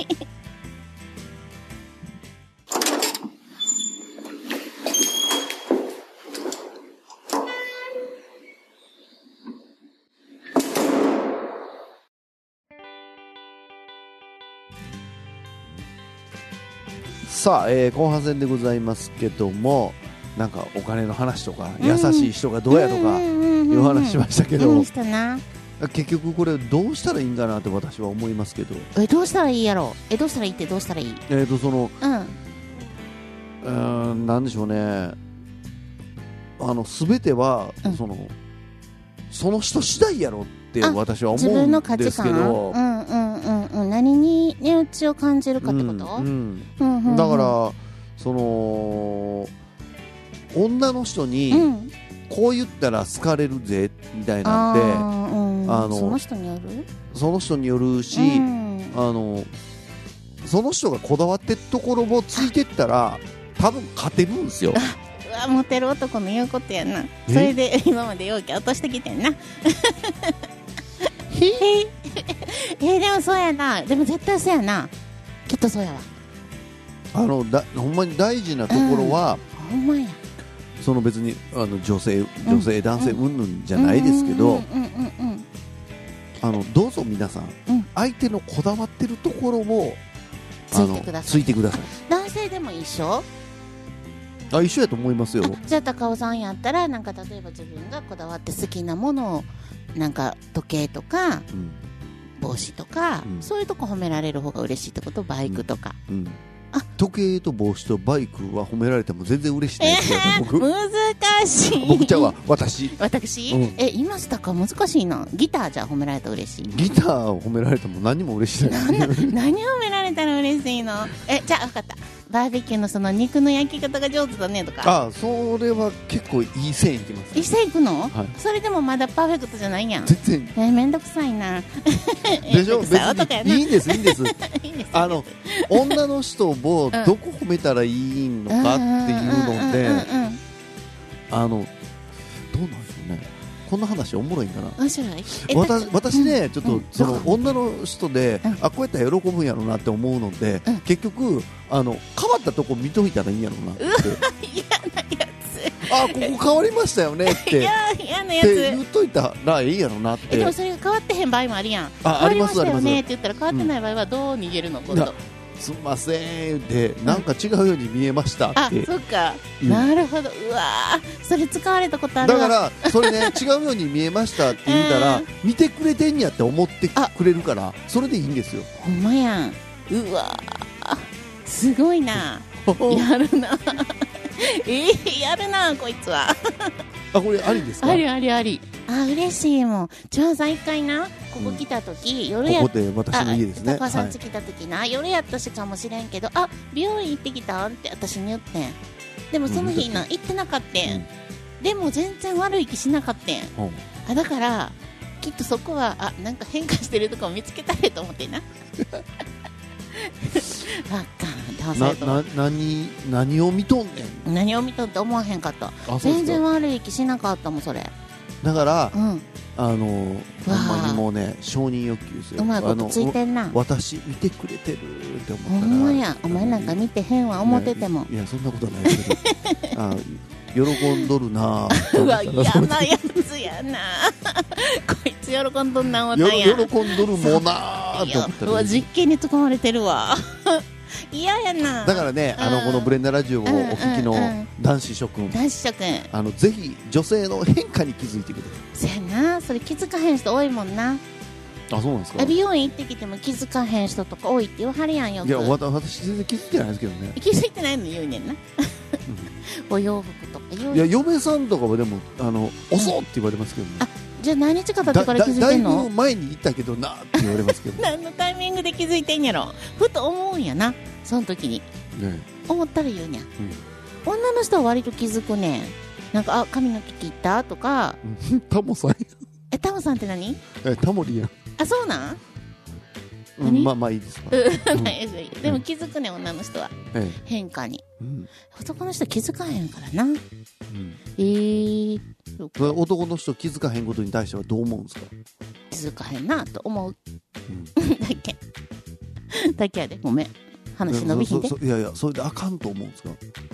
[SPEAKER 2] さあ、えー後半戦でございますけどもなんかお金の話とか、
[SPEAKER 3] うん
[SPEAKER 2] 優しい人がどうやとか、いう話しましたけ
[SPEAKER 3] け
[SPEAKER 2] ど、
[SPEAKER 3] したな
[SPEAKER 2] 結局これどうしたらいいんかなって私は思いますけど、
[SPEAKER 3] えどうしたらいいやろえどうしたらいいってどうしたらいい
[SPEAKER 2] えー、とその
[SPEAKER 3] うん
[SPEAKER 2] うーんなんでしょうねあの全ては、
[SPEAKER 3] うん
[SPEAKER 2] そのその人次第やろって
[SPEAKER 3] あ
[SPEAKER 2] 私は
[SPEAKER 3] 自
[SPEAKER 2] 思う
[SPEAKER 3] 分
[SPEAKER 2] ん
[SPEAKER 3] の価
[SPEAKER 2] で
[SPEAKER 3] 値
[SPEAKER 2] すけ
[SPEAKER 3] 観
[SPEAKER 2] ど、
[SPEAKER 3] うんうんうんうん何に値打ちを感じるかって
[SPEAKER 2] う
[SPEAKER 3] こ
[SPEAKER 2] ん
[SPEAKER 3] と、
[SPEAKER 2] うん
[SPEAKER 3] うんうんうん
[SPEAKER 2] だからその女の人
[SPEAKER 3] う
[SPEAKER 2] に
[SPEAKER 3] ん
[SPEAKER 2] こう言ったら好かれるぜみたいなんで、
[SPEAKER 3] あーうん
[SPEAKER 2] あの
[SPEAKER 3] その人による
[SPEAKER 2] その人によるし、
[SPEAKER 3] うん
[SPEAKER 2] あのその人がこだわってるところをついてったら多分勝てるん ですよ。
[SPEAKER 3] うわモテる男の言うことやな
[SPEAKER 2] え
[SPEAKER 3] それで 今まで容器落としてきてんな へええでもそうやなでも絶対そうやなきっとそうやわ
[SPEAKER 2] あのだほんまに大事なところは、
[SPEAKER 3] ほんまや
[SPEAKER 2] その別にあの女性女性、男性うんぬんじゃないですけど、
[SPEAKER 3] うんうんうんうん
[SPEAKER 2] あのどうぞ皆さん、
[SPEAKER 3] うん
[SPEAKER 2] 相手のこだわってるところを
[SPEAKER 3] ついてください
[SPEAKER 2] あのついてください
[SPEAKER 3] 男性でも一緒
[SPEAKER 2] あ一緒やと思いますよ
[SPEAKER 3] あじゃあ高尾さんやったらなんか例えば自分がこだわって好きなものをなんか時計とか
[SPEAKER 2] うん、
[SPEAKER 3] 帽子とか、
[SPEAKER 2] うん
[SPEAKER 3] そういうとこ褒められる方が嬉しいってことバイクとか、
[SPEAKER 2] うん
[SPEAKER 3] あ
[SPEAKER 2] 時計と帽子とバイクは褒められても全然嬉しないですよ、僕
[SPEAKER 3] 難しい
[SPEAKER 2] 僕ちゃうわ私
[SPEAKER 3] 私、
[SPEAKER 2] うん
[SPEAKER 3] え今したか難しいなギターじゃ褒められたら嬉し い
[SPEAKER 2] ギターを褒められても何も嬉しな
[SPEAKER 3] ないんな何褒められたら嬉しいのえじゃあ分かったバーベキューのその肉の焼き方が上手だねとか
[SPEAKER 2] あそれは結構いい線いきます、
[SPEAKER 3] 一斉行くの、
[SPEAKER 2] はい
[SPEAKER 3] それでもまだパーフェクトじゃないやん
[SPEAKER 2] 全然
[SPEAKER 3] えめんどくさいな
[SPEAKER 2] でしょ別
[SPEAKER 3] めんどくさい男やな
[SPEAKER 2] にいいんですいいんです
[SPEAKER 3] いいんです
[SPEAKER 2] あの女の人をどこ褒めたらいいのかっていうので
[SPEAKER 3] うんうんうんうんうん
[SPEAKER 2] あのどうなんでしょうねこんな話おもろいんかな
[SPEAKER 3] 面白いえ
[SPEAKER 2] 私私 ね、ちょっと、
[SPEAKER 3] うん
[SPEAKER 2] その女の人で、
[SPEAKER 3] うん
[SPEAKER 2] あこうやったら喜ぶんやろうなって思うので、
[SPEAKER 3] うん
[SPEAKER 2] 結局あの変わったとこ見といたらいいんやろうなって
[SPEAKER 3] 嫌なや
[SPEAKER 2] あここ変わりましたよね って
[SPEAKER 3] つ嫌嫌なや
[SPEAKER 2] って
[SPEAKER 3] つ
[SPEAKER 2] 言っといたらいいやろうなって
[SPEAKER 3] えでもそれが変わってへん場合もあるやん
[SPEAKER 2] あ
[SPEAKER 3] 変わりました
[SPEAKER 2] ありますあ
[SPEAKER 3] よ
[SPEAKER 2] ります
[SPEAKER 3] ねって言ったら変わってない場合はどう逃げるの今
[SPEAKER 2] な
[SPEAKER 3] 度
[SPEAKER 2] すんませんってなんか違うように見えました
[SPEAKER 3] あ
[SPEAKER 2] って、
[SPEAKER 3] そっか、
[SPEAKER 2] うん
[SPEAKER 3] なるほどうわーそれ使われたことある
[SPEAKER 2] だ
[SPEAKER 3] わ
[SPEAKER 2] からそれね違うように見えましたって言ったら、
[SPEAKER 3] う
[SPEAKER 2] 見てくれてんやって思って
[SPEAKER 3] あ
[SPEAKER 2] くれるからそれでいいんですよ
[SPEAKER 3] ほんまやんうわーすごいなやるな えーやるなこいつは
[SPEAKER 2] あこれありですか
[SPEAKER 3] ありありありあ嬉しいもんちょうさん一回なここ来た時、夜や
[SPEAKER 2] ここで私の家ですね
[SPEAKER 3] あ高尾さん
[SPEAKER 2] はい
[SPEAKER 3] 家来た時な、夜やったしかもしれんけどあ美容院行ってきたんって私に言ってんでもその日な行ってなかったん、
[SPEAKER 2] うん
[SPEAKER 3] でも全然悪い気しなかったん
[SPEAKER 2] うん
[SPEAKER 3] あだからきっとそこはあなんか変化してるとこを見つけたれと 思ってなあかん騙さ
[SPEAKER 2] な
[SPEAKER 3] れと思う
[SPEAKER 2] な何何を見とんねん
[SPEAKER 3] 何を見とって思わへんかった
[SPEAKER 2] あそうで
[SPEAKER 3] 全
[SPEAKER 2] す
[SPEAKER 3] 然
[SPEAKER 2] か
[SPEAKER 3] 悪い気しなかったもんそれ
[SPEAKER 2] だから
[SPEAKER 3] うん
[SPEAKER 2] あのほん
[SPEAKER 3] わあ
[SPEAKER 2] まにもうね承認欲求ですよ
[SPEAKER 3] うまいことつい
[SPEAKER 2] あ
[SPEAKER 3] てんな
[SPEAKER 2] の私見てくれてるって思った
[SPEAKER 3] ほ
[SPEAKER 2] ら
[SPEAKER 3] んまやお前なんか見てへんわ思ってても
[SPEAKER 2] いやいやそんなことはないけどあ喜んどるなぁ
[SPEAKER 3] うわ嫌なやつやな こいつ喜んどんなんわ
[SPEAKER 2] よ
[SPEAKER 3] たんや
[SPEAKER 2] ろ喜んどるもんなぁ
[SPEAKER 3] い
[SPEAKER 2] と
[SPEAKER 3] や
[SPEAKER 2] 思った
[SPEAKER 3] うわ
[SPEAKER 2] ら
[SPEAKER 3] 実験に突っ込まれて るわ嫌やな
[SPEAKER 2] だからね、あの
[SPEAKER 3] うん
[SPEAKER 2] このブレンダラジオをお聞きの
[SPEAKER 3] うんうんうん
[SPEAKER 2] 男子諸君、
[SPEAKER 3] 男子諸君
[SPEAKER 2] あのぜひ女性の変化に気づいてくれ
[SPEAKER 3] そやなそれ気づかへん人多いもんな
[SPEAKER 2] あ、そうなんです
[SPEAKER 3] 美容院行ってきても気づかへん人とか多いって言わはるやんよ
[SPEAKER 2] い
[SPEAKER 3] く
[SPEAKER 2] や、わた私全然気づいてないですけどね。
[SPEAKER 3] 気づいてないの言うねんな お洋服とか言う
[SPEAKER 2] いや、嫁さんとかはでも、あの、遅って言われますけどね。
[SPEAKER 3] あじゃあ何日か経って
[SPEAKER 2] だ
[SPEAKER 3] か
[SPEAKER 2] だ
[SPEAKER 3] ら気づい
[SPEAKER 2] だ
[SPEAKER 3] て
[SPEAKER 2] い
[SPEAKER 3] んの
[SPEAKER 2] ぶ前に行ったけどなって言われますけど ね。
[SPEAKER 3] 何のタイミングで気づいてんやろふと思うんやなその時に思ったら言うにゃ、ん、女の人は割と気づくねんなんかあ髪の毛切ったとか
[SPEAKER 2] うん タモさん、
[SPEAKER 3] えタモさんって何
[SPEAKER 2] えタモリやん。
[SPEAKER 3] あそうなん、
[SPEAKER 2] う
[SPEAKER 3] 何
[SPEAKER 2] ん、まあまあいいですわ。ん
[SPEAKER 3] でも気づくねん女の人は
[SPEAKER 2] え
[SPEAKER 3] 変化に
[SPEAKER 2] えうん
[SPEAKER 3] 男の人気づかへんからな
[SPEAKER 2] うん
[SPEAKER 3] えー、
[SPEAKER 2] それ男の人気づかへんことに対してはどう思うんですか、
[SPEAKER 3] 気づかへんなと思う
[SPEAKER 2] うん
[SPEAKER 3] だけだけやでごめん話伸びひんで
[SPEAKER 2] そそいやいやそれであかんと思うんですか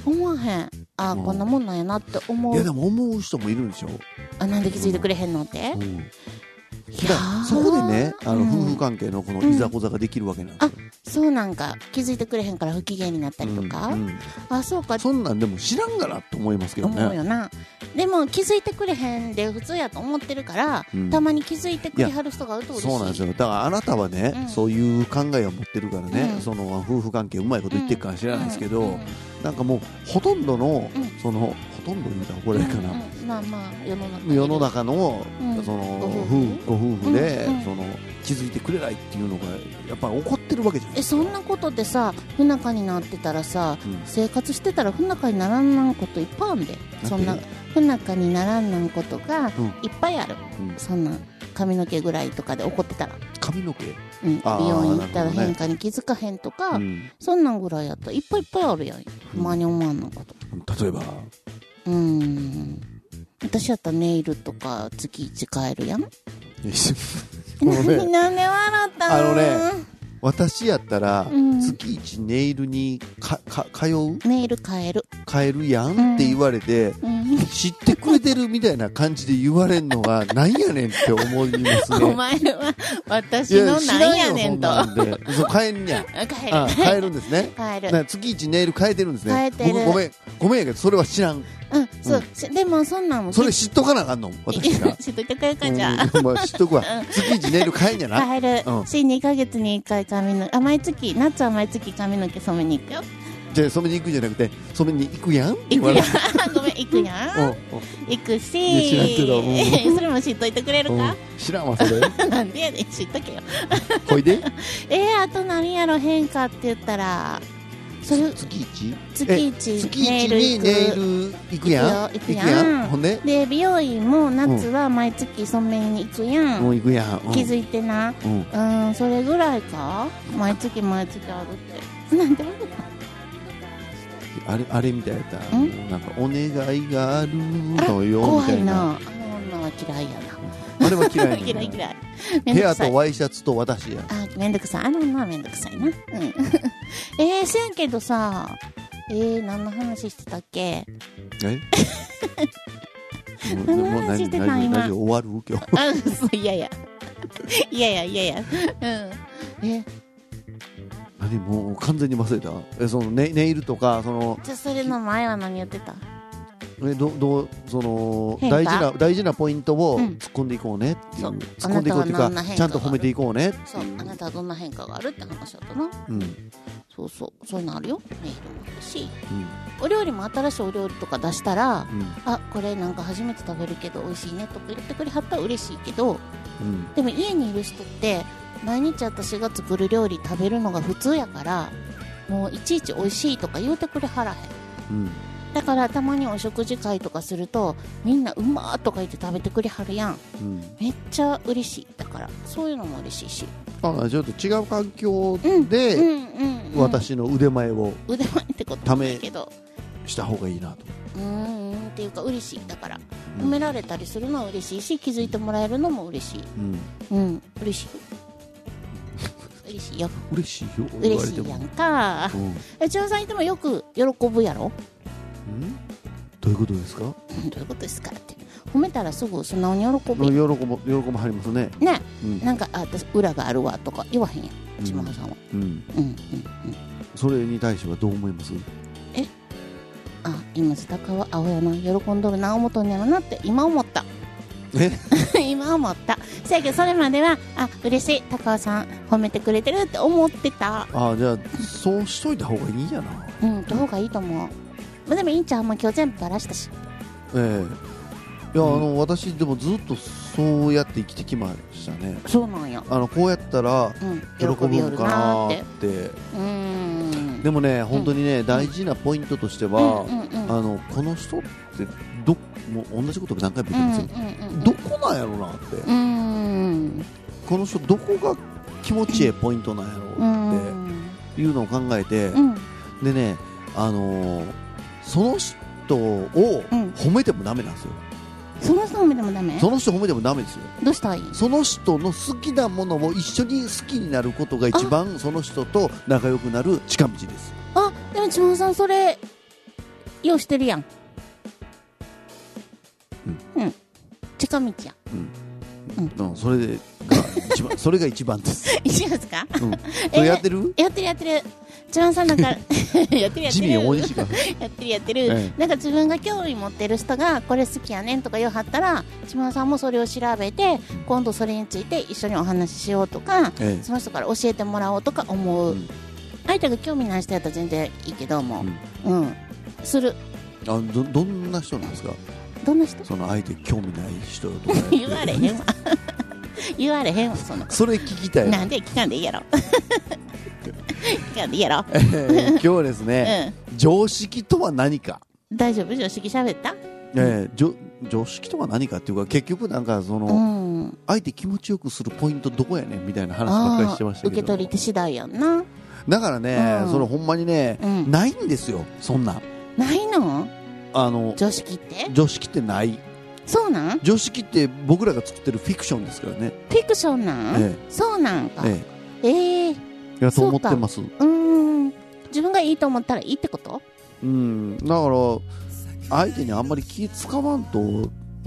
[SPEAKER 3] 思わへんあ
[SPEAKER 2] うん
[SPEAKER 3] こんなもんなんやなって思
[SPEAKER 2] いや
[SPEAKER 3] う
[SPEAKER 2] でも思う人もいるんでしょ、
[SPEAKER 3] あなんで気づいてくれへんのっていや
[SPEAKER 2] うん、だから
[SPEAKER 3] ー
[SPEAKER 2] そこでねあの
[SPEAKER 3] うん
[SPEAKER 2] 夫婦関係のこのいざこざができるわけなんですよ、
[SPEAKER 3] そうなんか気づいてくれへんから不機嫌になったり
[SPEAKER 2] う
[SPEAKER 3] と
[SPEAKER 2] ん
[SPEAKER 3] か、
[SPEAKER 2] うん
[SPEAKER 3] あそうか
[SPEAKER 2] そんなんでも知らんがなと思いますけどね
[SPEAKER 3] 思うよなでも気づいてくれへんで普通やと思ってるから、
[SPEAKER 2] うん
[SPEAKER 3] たまに気づいてくれはる人がうと嬉しい
[SPEAKER 2] そうなんですよだからあなたはね、
[SPEAKER 3] うん
[SPEAKER 2] そういう考えを持ってるからね、
[SPEAKER 3] うん
[SPEAKER 2] その夫婦関係うまいこと言ってるかは知らないですけど、
[SPEAKER 3] うんうん
[SPEAKER 2] なんかもうほとんどの、
[SPEAKER 3] うん
[SPEAKER 2] そのほとんど言うたら怒られるかな、
[SPEAKER 3] うんうんまあまあ世の中
[SPEAKER 2] 世の中の,、
[SPEAKER 3] うん
[SPEAKER 2] その
[SPEAKER 3] ご
[SPEAKER 2] ご
[SPEAKER 3] 夫
[SPEAKER 2] 夫
[SPEAKER 3] 婦
[SPEAKER 2] 婦ご夫婦で、
[SPEAKER 3] うんうん
[SPEAKER 2] その気づいてくれないっていうのがやっぱり怒ってるわけじゃない
[SPEAKER 3] え
[SPEAKER 2] です
[SPEAKER 3] そ
[SPEAKER 2] か
[SPEAKER 3] んなことでさ不仲になってたらさ
[SPEAKER 2] うん
[SPEAKER 3] 生活してたら不仲にならんなんこといっぱいあるでそんな
[SPEAKER 2] なんて
[SPEAKER 3] 不仲にならんなんことがいっ
[SPEAKER 2] うん
[SPEAKER 3] ぱいある、
[SPEAKER 2] うん
[SPEAKER 3] そんな髪の毛ぐらいとかで怒ってたら、
[SPEAKER 2] 髪の毛、
[SPEAKER 3] うん、
[SPEAKER 2] あー
[SPEAKER 3] 美容院行っ
[SPEAKER 2] な
[SPEAKER 3] たら
[SPEAKER 2] るほどね
[SPEAKER 3] 変化に気づかへんとか、
[SPEAKER 2] うん
[SPEAKER 3] そんなんぐらいやったらいっぱいいっぱいあるやん不満に思わんのこと
[SPEAKER 2] 例 えば
[SPEAKER 3] うーん私やったらネイルとか月1変えるやん、
[SPEAKER 2] もうね
[SPEAKER 3] なんで笑った
[SPEAKER 2] あのね私やったら、
[SPEAKER 3] うん
[SPEAKER 2] 月一ネイルにかか通う
[SPEAKER 3] ネイル変える、
[SPEAKER 2] 変えるやんって言われて、
[SPEAKER 3] うん
[SPEAKER 2] 知ってくれてるみたいな感じで言われんのがなんやねんって思います
[SPEAKER 3] お
[SPEAKER 2] ね
[SPEAKER 3] 前は私
[SPEAKER 2] いや
[SPEAKER 3] のなんやね
[SPEAKER 2] そ
[SPEAKER 3] ん
[SPEAKER 2] ん
[SPEAKER 3] と
[SPEAKER 2] なんでそう変えんねや
[SPEAKER 3] 変え
[SPEAKER 2] あ
[SPEAKER 3] る
[SPEAKER 2] 変えるんですね
[SPEAKER 3] 変える
[SPEAKER 2] だから月一ネイル変えてるんですね
[SPEAKER 3] 変えてる
[SPEAKER 2] 僕ごめんごめんやけどそれは知らん
[SPEAKER 3] うんそう、しでもそんなんも
[SPEAKER 2] それ知っとかなあかんの私が
[SPEAKER 3] 知っといてくれるかじゃあ
[SPEAKER 2] うんまあ知っとくわ月一ネイル変えんやな
[SPEAKER 3] 変える、
[SPEAKER 2] うん
[SPEAKER 3] し2ヶ月に1回髪のあ毎月夏は毎月髪の毛染めに行くよ
[SPEAKER 2] じゃあ染めに行くんじゃなくて染めに行くやんって
[SPEAKER 3] 行
[SPEAKER 2] 言
[SPEAKER 3] く
[SPEAKER 2] われ
[SPEAKER 3] や
[SPEAKER 2] て
[SPEAKER 3] ん ごめん行くやん行くし
[SPEAKER 2] いや知らんけどう
[SPEAKER 3] それも知っといてくれる
[SPEAKER 2] うんう
[SPEAKER 3] か
[SPEAKER 2] ん、知らんわそ れ
[SPEAKER 3] なんでやねん知っとけよ
[SPEAKER 2] ほいで
[SPEAKER 3] えー、あと何やろ変化って言ったらそれ
[SPEAKER 2] 月一
[SPEAKER 3] 月一
[SPEAKER 2] 月一
[SPEAKER 3] ネイル
[SPEAKER 2] に
[SPEAKER 3] 行く
[SPEAKER 2] ネイル行くやん
[SPEAKER 3] 行くよ行くやん
[SPEAKER 2] ほんで
[SPEAKER 3] で美容院も夏は毎月染めに行くやん、
[SPEAKER 2] もう行くやん
[SPEAKER 3] 気づいてな
[SPEAKER 2] うん
[SPEAKER 3] うんそれぐらいか毎月毎月あるってなんで
[SPEAKER 2] あれあれみたいやった
[SPEAKER 3] ん
[SPEAKER 2] なんかお願いがあるのよみ
[SPEAKER 3] 怖
[SPEAKER 2] た
[SPEAKER 3] い
[SPEAKER 2] いな
[SPEAKER 3] なあの女は嫌いやな
[SPEAKER 2] あれは嫌いなんだ
[SPEAKER 3] 嫌い嫌いめん
[SPEAKER 2] ペ
[SPEAKER 3] どく
[SPEAKER 2] ア
[SPEAKER 3] さい
[SPEAKER 2] とワイシャツと私や
[SPEAKER 3] あめんどくさいあの女はめんどくさいなうん えー、せやけどさえー、何の話してたっけ
[SPEAKER 2] えもうもう大丈夫大丈夫
[SPEAKER 3] 何の話してた今
[SPEAKER 2] 大丈夫終わる今日
[SPEAKER 3] あそういやいやいやいやいやいやうんえ
[SPEAKER 2] 何もう完全に忘れたえそのネネイルとかその
[SPEAKER 3] じゃあそれの前は何やってた
[SPEAKER 2] えどどうその
[SPEAKER 3] 変化
[SPEAKER 2] 大事な大事なポイントを
[SPEAKER 3] うん
[SPEAKER 2] 突っ込んでいこうねっていう、
[SPEAKER 3] そう
[SPEAKER 2] 突っ込んでいこうっていう
[SPEAKER 3] あなたは何の
[SPEAKER 2] か
[SPEAKER 3] 変化
[SPEAKER 2] ちゃんと褒めていこうねって
[SPEAKER 3] そう
[SPEAKER 2] いう
[SPEAKER 3] あなたはどんな変化があるって話だったな
[SPEAKER 2] うん
[SPEAKER 3] そうそうそういうのあるよメイドもあるし
[SPEAKER 2] うん
[SPEAKER 3] お料理も新しいお料理とか出したら、
[SPEAKER 2] うん
[SPEAKER 3] あこれなんか初めて食べるけど美味しいねとか言ってくれはったら嬉しいけど
[SPEAKER 2] うん
[SPEAKER 3] でも家にいる人って毎日私が作る料理食べるのが普通やからもういちいち美味しいとか言うてくれはらへん
[SPEAKER 2] うん
[SPEAKER 3] だからたまにお食事会とかするとみんなうまーとか言って食べてくれはるやん
[SPEAKER 2] うん
[SPEAKER 3] めっちゃ嬉しいだからそういうのも嬉しいし
[SPEAKER 2] あちょっと違う環境
[SPEAKER 3] うんう
[SPEAKER 2] で
[SPEAKER 3] んうん、うん、
[SPEAKER 2] 私の腕前を
[SPEAKER 3] 腕前ってことはないけど
[SPEAKER 2] した方がいいなと
[SPEAKER 3] うーんうんっていうか嬉しいだから
[SPEAKER 2] う
[SPEAKER 3] 褒
[SPEAKER 2] ん
[SPEAKER 3] められたりするのは嬉しいし気づいてもらえるのも嬉しい
[SPEAKER 2] うん
[SPEAKER 3] うん嬉しい嬉しいよ
[SPEAKER 2] 嬉しいよ言わ
[SPEAKER 3] 嬉
[SPEAKER 2] れ
[SPEAKER 3] してい
[SPEAKER 2] も
[SPEAKER 3] やんか
[SPEAKER 2] うん
[SPEAKER 3] え千代さんいてもよく喜ぶやろ
[SPEAKER 2] うんどういうことですか
[SPEAKER 3] うんどういうことですかって褒めたらすぐ素直に喜
[SPEAKER 2] 喜ぶ
[SPEAKER 3] び
[SPEAKER 2] 喜ぶはりますね
[SPEAKER 3] ね
[SPEAKER 2] うん
[SPEAKER 3] なんかあ私裏があるわとか言わへんや
[SPEAKER 2] うん
[SPEAKER 3] ん千葉さんは
[SPEAKER 2] うん
[SPEAKER 3] うんうんうん
[SPEAKER 2] それに対してはどう思います
[SPEAKER 3] あ今津高は青山喜んどるな思とんやろなって今思った
[SPEAKER 2] え
[SPEAKER 3] 今思ったせやけどそれまではあ嬉しい高尾さん褒めてくれてるって思ってた
[SPEAKER 2] あじゃあそうしといた方がいいやな
[SPEAKER 3] うんどうがいいと思うまあでもいいんちゃうもう今日全部バラしたし
[SPEAKER 2] ええいや、あの私でもずっとそうやって生きてきましたね
[SPEAKER 3] そうなんや
[SPEAKER 2] あのこうやったら
[SPEAKER 3] うん
[SPEAKER 2] 喜ぶ
[SPEAKER 3] 喜びよ
[SPEAKER 2] ん
[SPEAKER 3] る
[SPEAKER 2] か
[SPEAKER 3] な
[SPEAKER 2] な
[SPEAKER 3] ー
[SPEAKER 2] ー
[SPEAKER 3] って
[SPEAKER 2] って
[SPEAKER 3] うーん
[SPEAKER 2] でもね本当にね、大事なポイントとしては、
[SPEAKER 3] うんうんうん
[SPEAKER 2] あのこの人ってどもう同じこと何回も言ってますよ、
[SPEAKER 3] うんうんうん
[SPEAKER 2] どこなんやろなって、
[SPEAKER 3] うーん
[SPEAKER 2] この人どこが気持ちええポイントなんや
[SPEAKER 3] うー
[SPEAKER 2] ろうっ
[SPEAKER 3] ん
[SPEAKER 2] ていうのを考えて、
[SPEAKER 3] うん
[SPEAKER 2] でねあのーその人を
[SPEAKER 3] うん
[SPEAKER 2] 褒めてもダメなんですよ、
[SPEAKER 3] その人褒めてもダメ
[SPEAKER 2] その人褒めてもダメですよ
[SPEAKER 3] どうしたらいい
[SPEAKER 2] その人の好きなものを一緒に好きになることが一番その人と仲良くなる近道です
[SPEAKER 3] あでも千葉さんそれようしてるやんうん、近道や
[SPEAKER 2] うん、それが一番それが一番です、
[SPEAKER 3] 一緒ですか
[SPEAKER 2] うん、それやってる
[SPEAKER 3] やってるやってる千葉さんなんかやってるやってる
[SPEAKER 2] ジミー大西が
[SPEAKER 3] やってるやってる、
[SPEAKER 2] え
[SPEAKER 3] なんか自分が興味持ってる人がこれ好きやねんとか言わはったら千葉さんもそれを調べて今度それについて一緒にお話ししようとか
[SPEAKER 2] ええ
[SPEAKER 3] その人から教えてもらおうとか思う、
[SPEAKER 2] うん
[SPEAKER 3] 相手が興味ない人やったら全然いいけどもうん、する
[SPEAKER 2] あのどどんな人なんですか
[SPEAKER 3] どんな人
[SPEAKER 2] その相手興味ない人とかやって
[SPEAKER 3] 言われへんわ 言われへんわその
[SPEAKER 2] それ聞きたいわ
[SPEAKER 3] なんで聞かんでいいやろ聞かんでいいやろ、
[SPEAKER 2] えー今日はですね、常識とは何か、
[SPEAKER 3] うん、大丈夫常識喋った
[SPEAKER 2] えーじょ常識とは何かっていうか結局なんかその、
[SPEAKER 3] うん
[SPEAKER 2] 相手気持ちよくするポイントどこやねんみたいな話ばっかり
[SPEAKER 3] あ
[SPEAKER 2] してまし
[SPEAKER 3] ー
[SPEAKER 2] たけど
[SPEAKER 3] 受け取り手次第やんな
[SPEAKER 2] だからね、
[SPEAKER 3] うん
[SPEAKER 2] そのほんまにね、
[SPEAKER 3] うん
[SPEAKER 2] ないんですよそんなん
[SPEAKER 3] ないの
[SPEAKER 2] あの
[SPEAKER 3] 常識って
[SPEAKER 2] 常識ってない
[SPEAKER 3] そうなんフ
[SPEAKER 2] 常識って僕らが作ってるフィクションですからね
[SPEAKER 3] ィクションなん、
[SPEAKER 2] え
[SPEAKER 3] そうなんかえ
[SPEAKER 2] え
[SPEAKER 3] えー、
[SPEAKER 2] えいやと思ってます
[SPEAKER 3] うーん自分がいいと思ったらいいってこと
[SPEAKER 2] うんだから相手にあんまり気使わんと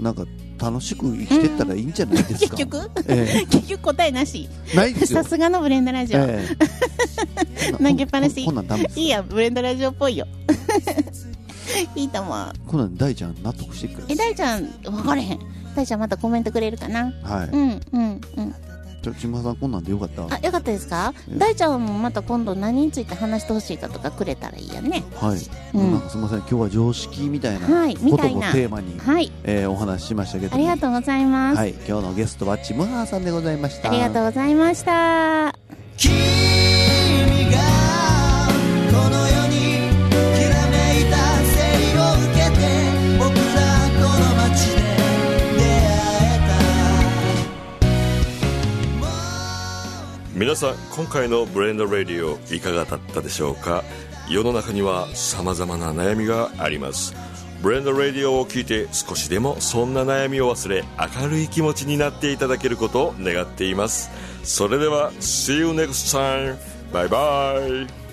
[SPEAKER 2] なんか楽しく生きてったらいいんじゃないです
[SPEAKER 3] 結
[SPEAKER 2] か、
[SPEAKER 3] 局
[SPEAKER 2] え
[SPEAKER 3] 結局答えなし
[SPEAKER 2] えないですよ
[SPEAKER 3] さすがのブレンダラジオ、
[SPEAKER 2] え えこんな
[SPEAKER 3] 投げっぱなし
[SPEAKER 2] こんこんなんダメです
[SPEAKER 3] いいやブレンダラジオっぽいよ いいと思う
[SPEAKER 2] こんなん大ちゃん納得してくれ
[SPEAKER 3] え大ちゃん分かれへん大ちゃんまたコメントくれるかな
[SPEAKER 2] はい
[SPEAKER 3] うんうんうん
[SPEAKER 2] じゃあ千葉さんこんなんでよかった
[SPEAKER 3] あよかったですか
[SPEAKER 2] うん
[SPEAKER 3] 大ちゃんもまた今度何について話してほしいかとかくれたらいいよね
[SPEAKER 2] はい、
[SPEAKER 3] うん
[SPEAKER 2] なんかすみません今日は常識みたいな
[SPEAKER 3] はい
[SPEAKER 2] こ
[SPEAKER 3] み
[SPEAKER 2] と
[SPEAKER 3] た
[SPEAKER 2] を
[SPEAKER 3] いな
[SPEAKER 2] テーマに、
[SPEAKER 3] はい
[SPEAKER 2] えーお話ししましたけども
[SPEAKER 3] ありがとうございます、
[SPEAKER 2] はい今日のゲストはちむはーさんでございました
[SPEAKER 3] ありがとうございました
[SPEAKER 4] 君がこの世にきらめいた生理を受けて僕らこの街で出会えたもう
[SPEAKER 1] 皆さん今回の「ブレンド・レディオ」いかがだったでしょうか世の中には様々な悩みがありますブレンド・レディオを聞いて少しでもそんな悩みを忘れ明るい気持ちになっていただけることを願っていますそれでは See you next time! バイバイ